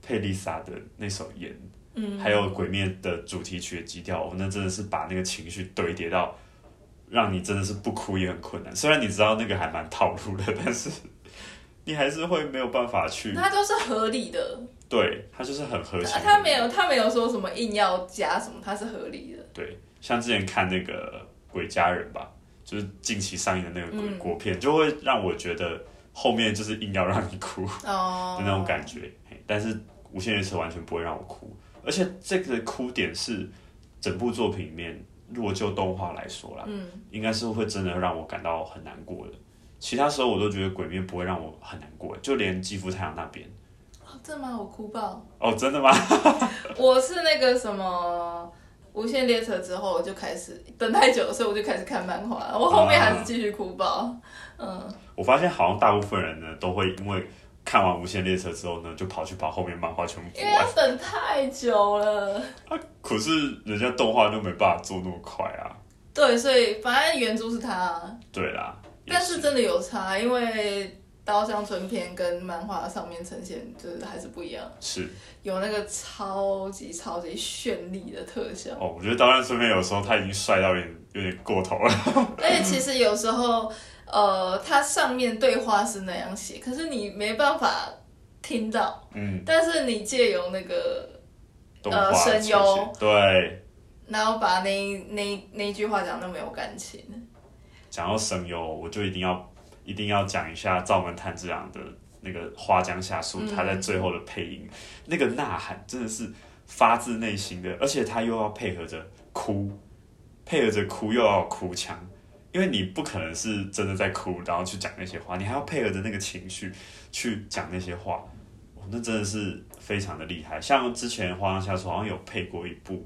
S1: 配丽莎的那首《盐》，嗯，还有《鬼灭》的主题曲的基调，哦，那真的是把那个情绪堆叠到。让你真的是不哭也很困难，虽然你知道那个还蛮套路的，但是你还是会没有办法去。
S2: 那都是合理的，
S1: 对，它就是很核心。
S2: 他没有他没有说什么硬要加什么，他是合理的。
S1: 对，像之前看那个《鬼家人》吧，就是近期上映的那个鬼
S2: 嗯
S1: 国片，就会让我觉得后面就是硬要让你哭的
S2: 哦，
S1: 那种感觉。嘿但是《无限列车》完全不会让我哭，而且这个哭点是整部作品里面，如果就动画来说啦，
S2: 嗯，
S1: 应该是会真的让我感到很难过的。其他时候我都觉得《鬼面》不会让我很难过，就连《肌肤太阳》那边。
S2: 哦真的吗？我哭爆。
S1: 哦，真的吗？
S2: 我是那个什么《无限列车》之后，我就开始等太久，所以我就开始看漫画。我后面还是继续哭
S1: 哦
S2: 爆。嗯，
S1: 我发现好像大部分人呢都会因为看完《无限列车》之后呢，就跑去把后面漫画全部补
S2: 因为
S1: 完。
S2: 要等太久了。
S1: 啊可是人家动画就没办法做那么快啊。
S2: 对，所以反正原著是啊他，
S1: 对啦，也
S2: 但是真的有差，因为刀匠村篇跟漫画上面呈现就是还是不一样，
S1: 是
S2: 有那个超级超级绚丽的特效。
S1: 哦，我觉得导演身边有时候他已经帅到有点有点过头了。
S2: 而且其实有时候，呃，它上面对话是那样写，可是你没办法听到，
S1: 嗯，
S2: 但是你借由那个，
S1: 动画
S2: 呃声
S1: 呈现
S2: 优
S1: 对，
S2: 然后把那那那一句话讲的没有感情，
S1: 讲到声优，我就一定要一定要讲一下灶门炭治郎的那个花江夏树，
S2: 嗯
S1: 他在最后的配音、那个呐喊真的是发自内心的，而且他又要配合着哭，配合着哭又要有哭腔。因为你不可能是真的在哭，然后去讲那些话，你还要配合着那个情绪去讲那些话，哦、那真的是非常的厉害。像之前《花样下手》好像有配过一部《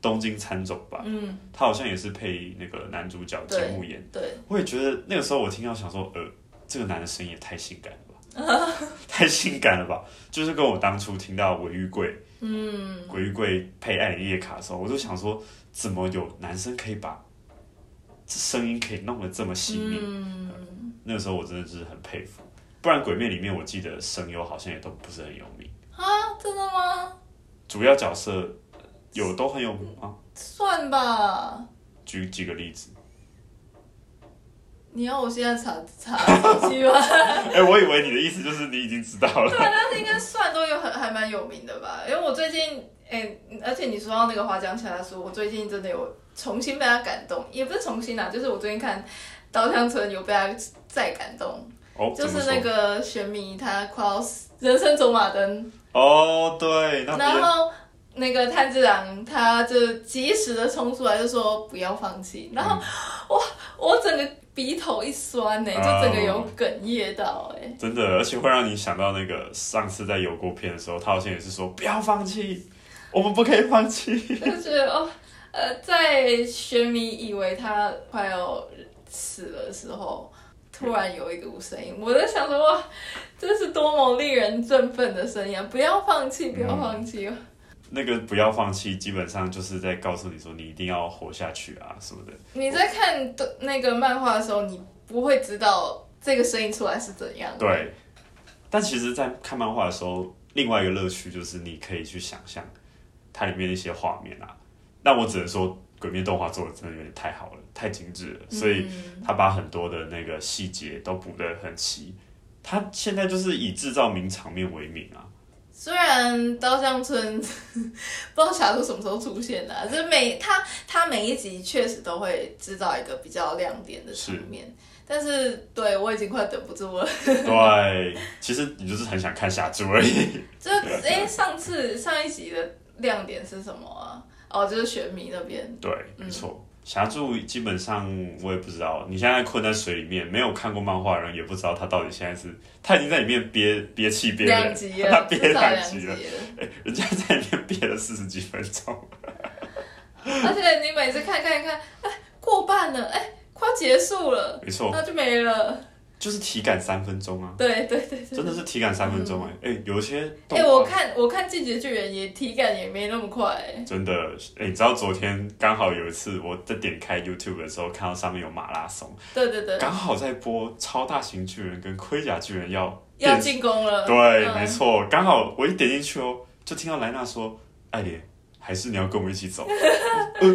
S1: 东京喰种》吧，
S2: 嗯，
S1: 他好像也是配那个男主角金
S2: 对
S1: 木研。
S2: 对，
S1: 我也觉得那个时候我听到想说，呃，这个男的声音也太性感了吧， 太性感了吧，就是跟我当初听到韦玉贵，嗯，韦玉贵配《爱你夜卡》的时候，我就想说，怎么有男生可以把这声音可以弄得这么细腻？
S2: 嗯，
S1: 那个时候我真的是很佩服。不然《鬼面》里面我记得声优好像也都不是很有名，
S2: 啊，真的吗？
S1: 主要角色有都很有名吗？
S2: 算吧，
S1: 举几个例子。
S2: 你要我现在查 查手机吗？
S1: 哎、我以为你的意思就是你已经知道了。
S2: 但是应该算都有很还蛮有名的吧，因为我最近，哎、而且你说到那个花江夏树，我最近真的有重新被他感动，也不是重新啦，啊就是我最近看《稻香村》有被他再感动，
S1: 哦，
S2: 就
S1: 怎么
S2: 是
S1: 说
S2: 那个玄米他快要死人生走马灯，
S1: 哦，对，那
S2: 然
S1: 边
S2: 后。那个炭治郎，他就及时的冲出来，就说不要放弃。然
S1: 嗯
S2: 后，哇，我整个鼻头一酸呢、就整个有哽咽到哎、
S1: 真的，而且会让你想到那个上次在油锅片的时候，他好像也是说不要放弃，我们不可以放弃。
S2: 就觉得哦，呃，在玄米以为他快要死的时候，突然有一股声音，我在想说哇，这是多么令人振奋的声音啊！不要放弃，不要放弃。哦
S1: 那个不要放弃，基本上就是在告诉你说你一定要活下去啊什么的。
S2: 你在看的那个漫画的时候，你不会知道这个声音出来是怎样的。
S1: 对，但其实，在看漫画的时候，另外一个乐趣就是你可以去想象它里面的一些画面啊。那我只能说，鬼面动画做的真的有点太好了，太精致了，所以他把很多的那个细节都补得很齐。他现在就是以制造名场面为名啊。
S2: 虽然刀匠村 不知道霞叔什么时候出现的、啊，就是每他他每一集确实都会制造一个比较亮点的场面，但是对我已经快等不住了。
S1: 对，其实你就是很想看下注而已。
S2: 就是哎、诶上次上一集的亮点是什么啊？哦，就是玄冥那边，
S1: 对，没
S2: 嗯
S1: 错。霞柱基本上我也不知道，你现在困在水里面，没有看过漫画的人也不知道他到底现在是，他已经在里面 憋憋气憋了
S2: 两集
S1: 他
S2: 了，
S1: 憋
S2: 至少
S1: 两
S2: 两
S1: 集
S2: 集
S1: 了
S2: 了。
S1: 人家在里面憋了四十几分钟，
S2: 而且你每次看看一看，哎，过半了，哎，快结束了，
S1: 没错，
S2: 那就没了。
S1: 就是体感三分钟啊，
S2: 对对对对。
S1: 真的是体感三分钟哎、哎、有一些动
S2: 哎、我
S1: 画、
S2: 看我看《进击的巨人》也体感也没那么快、哎
S1: 真的哎、你知道昨天刚好有一次我在点开 YouTube 的时候，看到上面有马拉松，
S2: 对对对，
S1: 刚好在播《超大型巨人》跟《盔甲巨人》要
S2: 要
S1: 变
S2: 进攻了。
S1: 对，啊
S2: 嗯
S1: 没错，刚好我一点进去哦，就听到莱纳说：“爱莲，还是你要跟我一起走？” 呃，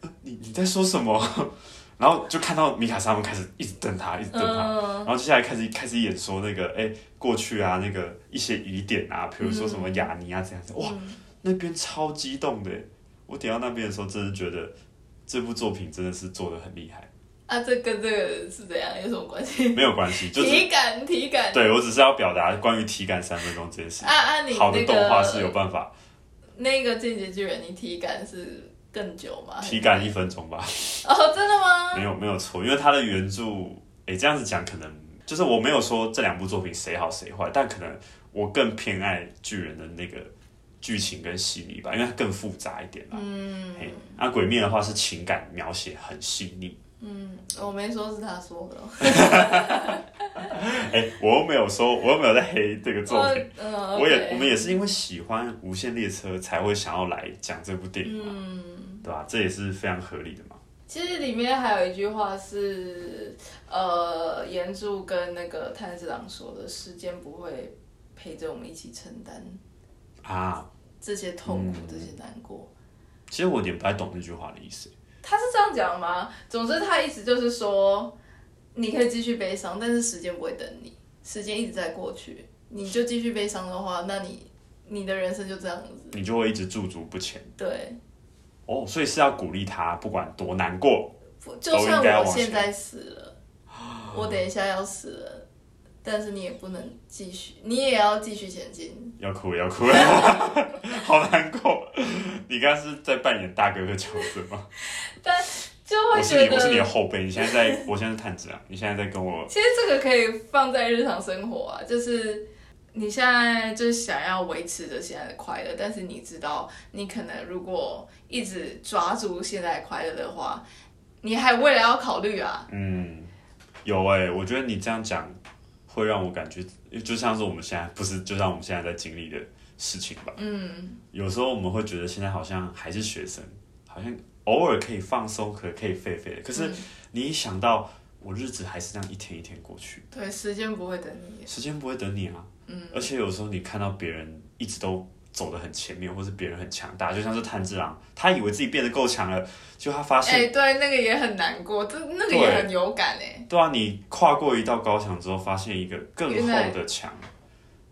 S1: 呃你你在说什么？ 然后就看到米卡莎们开始一直瞪他，一直瞪他，
S2: 嗯，
S1: 然后接下来开始开始演说那个哎、过去啊那个一些疑点啊，比如说什么雅尼啊这样子，哇，
S2: 嗯
S1: 那边超激动的，我点到那边的时候，真的觉得这部作品真的是做的很厉 害，
S2: 啊，这跟这个是怎样有什么关系？
S1: 没有关系，就是
S2: 体感，体感。
S1: 对我只是要表达关于体感三分钟这件事。
S2: 啊啊，你
S1: 好
S2: 那
S1: 的动画是有
S2: 个
S1: 办法
S2: 那个《进击的巨人》，你体感是更久吗？
S1: 体感一分钟吧，
S2: 哦，真的吗？
S1: 没有没有错，因为它的原著，诶，这样子讲可能就是我没有说这两部作品谁好谁坏，但可能我更偏爱巨人的那个剧情跟细腻吧，因为它更复杂一点啦。嗯，嘿，那、鬼灭的话是情感描写很细腻，
S2: 嗯，我没说是他说的。
S1: 诶，我又没有说，我又没有在黑这个作
S2: 我
S1: 品。
S2: 嗯，
S1: 我也
S2: OK
S1: 我们也是因为喜欢《无限列车》才会想要来讲这部电影嘛，对吧、这也是非常合理的嘛。
S2: 其实里面还有一句话是，呃，岩柱跟那个炭治郎说的：“时间不会陪着我们一起承担
S1: 啊，
S2: 这些痛苦、
S1: 嗯
S2: 这些难过。
S1: 其实我有点不太懂这句话的意思。”
S2: 他是这样讲吗？总之，他意思就是说，你可以继续悲伤，但是时间不会等你，时间一直在过去，你就继续悲伤的话，那你你的人生就这样子。
S1: 你就会一直驻足不前。
S2: 对，
S1: 哦，所以是要鼓励他，不管多难过，
S2: 不就
S1: 都
S2: 算
S1: 应该
S2: 我
S1: 往
S2: 现
S1: 前
S2: 在死了，我等一下要死了，但是你也不能继续，你也要继续前进。
S1: 要哭要哭， 好难过。你刚刚是在扮演大哥的角色吗？
S2: 就
S1: 我
S2: 会
S1: 是
S2: 觉
S1: 你，我是你的
S2: 得，
S1: 后辈。你现在在， 我现在是探子啊，你现在在跟我，
S2: 其实这个可以放在日常生活啊，就是你现在就是想要维持着现在的快乐，但是你知道，你可能如果一直抓住现在的快乐的话，你还未来要考虑啊。
S1: 嗯，有哎、我觉得你这样讲会让我感觉，就像是我们现在不是，就像我们现在在经历的事情吧。
S2: 嗯，
S1: 有时候我们会觉得现在好像还是学生，好像偶尔可以放松，可可以废废的。可
S2: 嗯
S1: 是你一想到我日子还是这样一天一天过去。
S2: 对，时间不会等你。
S1: 时间不会等你啊。嗯，而且有时候你看到别人一直都走得很前面，或是别人很强大，就像是炭治郎，他以为自己变得够强了，就他发现，
S2: 哎、对，那个也很难过，这那个也
S1: 对
S2: 很有感哎、
S1: 对啊，你跨过一道高墙之后，发现一个更
S2: 原
S1: 厚
S2: 来
S1: 的墙，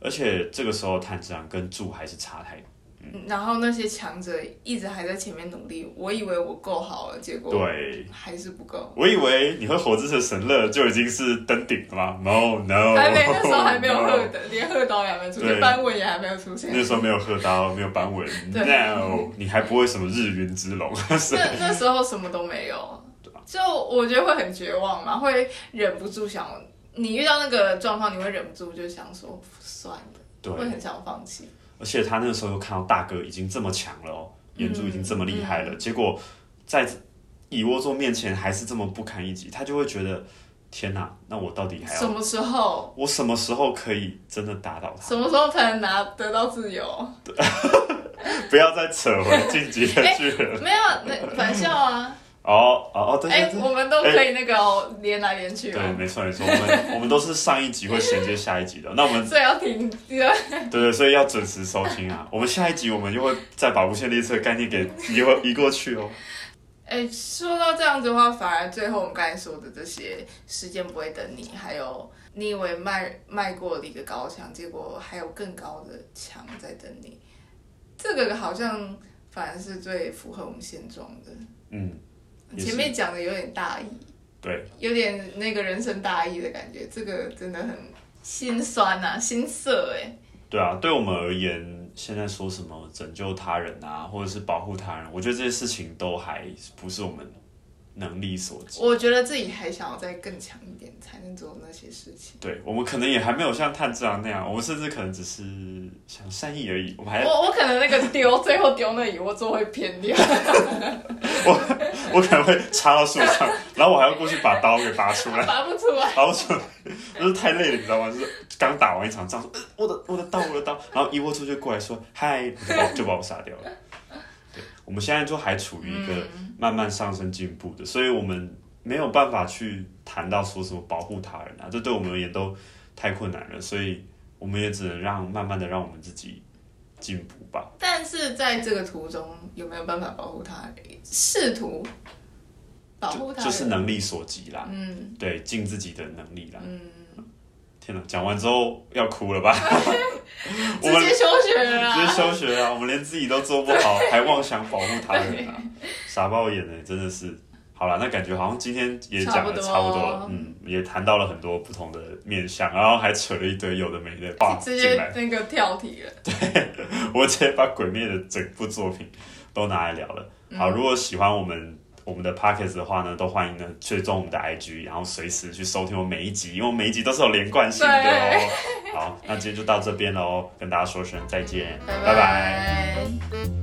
S1: 而且这个时候炭治郎跟柱还是差太多。
S2: 嗯然后那些强者一直还在前面努力，我以为我够好了，结果
S1: 对，
S2: 还是不够。
S1: 我以为你会火之神神乐就已经是登顶了吗？No No，
S2: 还没，那时候还没有
S1: no
S2: 贺的，连贺刀也还没有出现，
S1: 哦对
S2: 斑纹也还没有出现。
S1: 那时候没有鹤刀，没有斑纹
S2: 对
S1: ，No，你还不会什么日云之龙， 是
S2: 那那时候什么都没有，
S1: 啊
S2: 就我觉得会很绝望嘛，会忍不住想，你遇到那个状况，你会忍不住就想说算了，
S1: 对，
S2: 会很想放弃。
S1: 而且他那个时候又看到大哥已经这么强了哦，
S2: 嗯
S1: 岩柱已经这么厉害了，结果在蚁窝座面前还是这么不堪一击，他就会觉得天哪，那我到底还
S2: 什
S1: 要
S2: 么时候？
S1: 我什么时候可以真的打倒
S2: 什么时候才能拿得到 自由？
S1: 他？ 不要再扯回晋级 的巨人。
S2: 没有，那返校啊！
S1: 哦哦哦， 对
S2: 哎、
S1: 对对。
S2: 我们都可以那个哦，连来连去
S1: 对，
S2: 哦，
S1: 没错没错，我们我们都是上一集会衔接下一集的，那 我们
S2: 所以要停。
S1: 对对，所以要准时收听啊。我们下一集我们就会再把无限列车的概念给移过移过去哦。
S2: 哎，说到这样子的话，反而最后我们刚才说的这些时间不会等你，还有你以为迈迈过了一个高墙，结果还有更高的墙在等你，这个好像反而是最符合我们现状的。
S1: 嗯，也是
S2: 前面讲的有点大意，
S1: 对，
S2: 有点那个人生大意的感觉，这个真的很心酸呐、啊，心塞哎、
S1: 对啊，对我们而言，现在说什么拯救他人啊，或者是保护他人，我觉得这些事情都还不是我们能力所及。
S2: 我觉得自己还想要再更强一点，才能做那些事情。
S1: 对我们可能也还没有像炭治郎那样，我们甚至可能只是想善意而已。我们还
S2: 我我可能那个丢，最后丢那里，我做会偏掉。
S1: 我可能会插到树上，然后我还要过去把刀给拔出来，
S2: 拔不出来。
S1: 拔不出来，就是 太累了，你知道吗？就是刚打完一场仗，说、呃、我的我的刀我的刀，然后一握出就过来说嗨， 就把我就把我杀掉了。对，我们现在就还处于一个
S2: 嗯
S1: 慢慢上升进步的，所以我们没有办法去谈到说什么保护他人啊，这对我们而言都太困难了，所以我们也只能让慢慢的让我们自己进步吧。
S2: 但是在这个途中，有没有办法保护他人？试图保护他
S1: 就
S2: 人
S1: 是能力所及啦，嗯，对，尽自己的能力啦，嗯。天哪，讲完之后要哭 了吧？我
S2: 直
S1: 们
S2: 接休学了
S1: 直接
S2: 啦。
S1: 休学啊！我们连自己都做不好，还妄想保护他人啊！傻爆眼呢、真的是。好了，那感觉好像今天也讲的
S2: 差
S1: 差
S2: 不
S1: 不
S2: 多
S1: 多了，嗯，也谈到了很多不同的面向，然后还扯了一堆有的没的话
S2: 直
S1: 进
S2: 接
S1: 来。
S2: 那个跳题了，
S1: 我直接把《鬼灭》的整部作品都拿来聊了。
S2: 嗯
S1: 好，如果喜欢我们我们的 podcast 的话呢，都欢迎呢追踪我们的 IG，然后随时去收听我每一集，因为我每一集都是有连贯性的哦。好，那今天就到这边喽，跟大家说声再见，拜拜
S2: 拜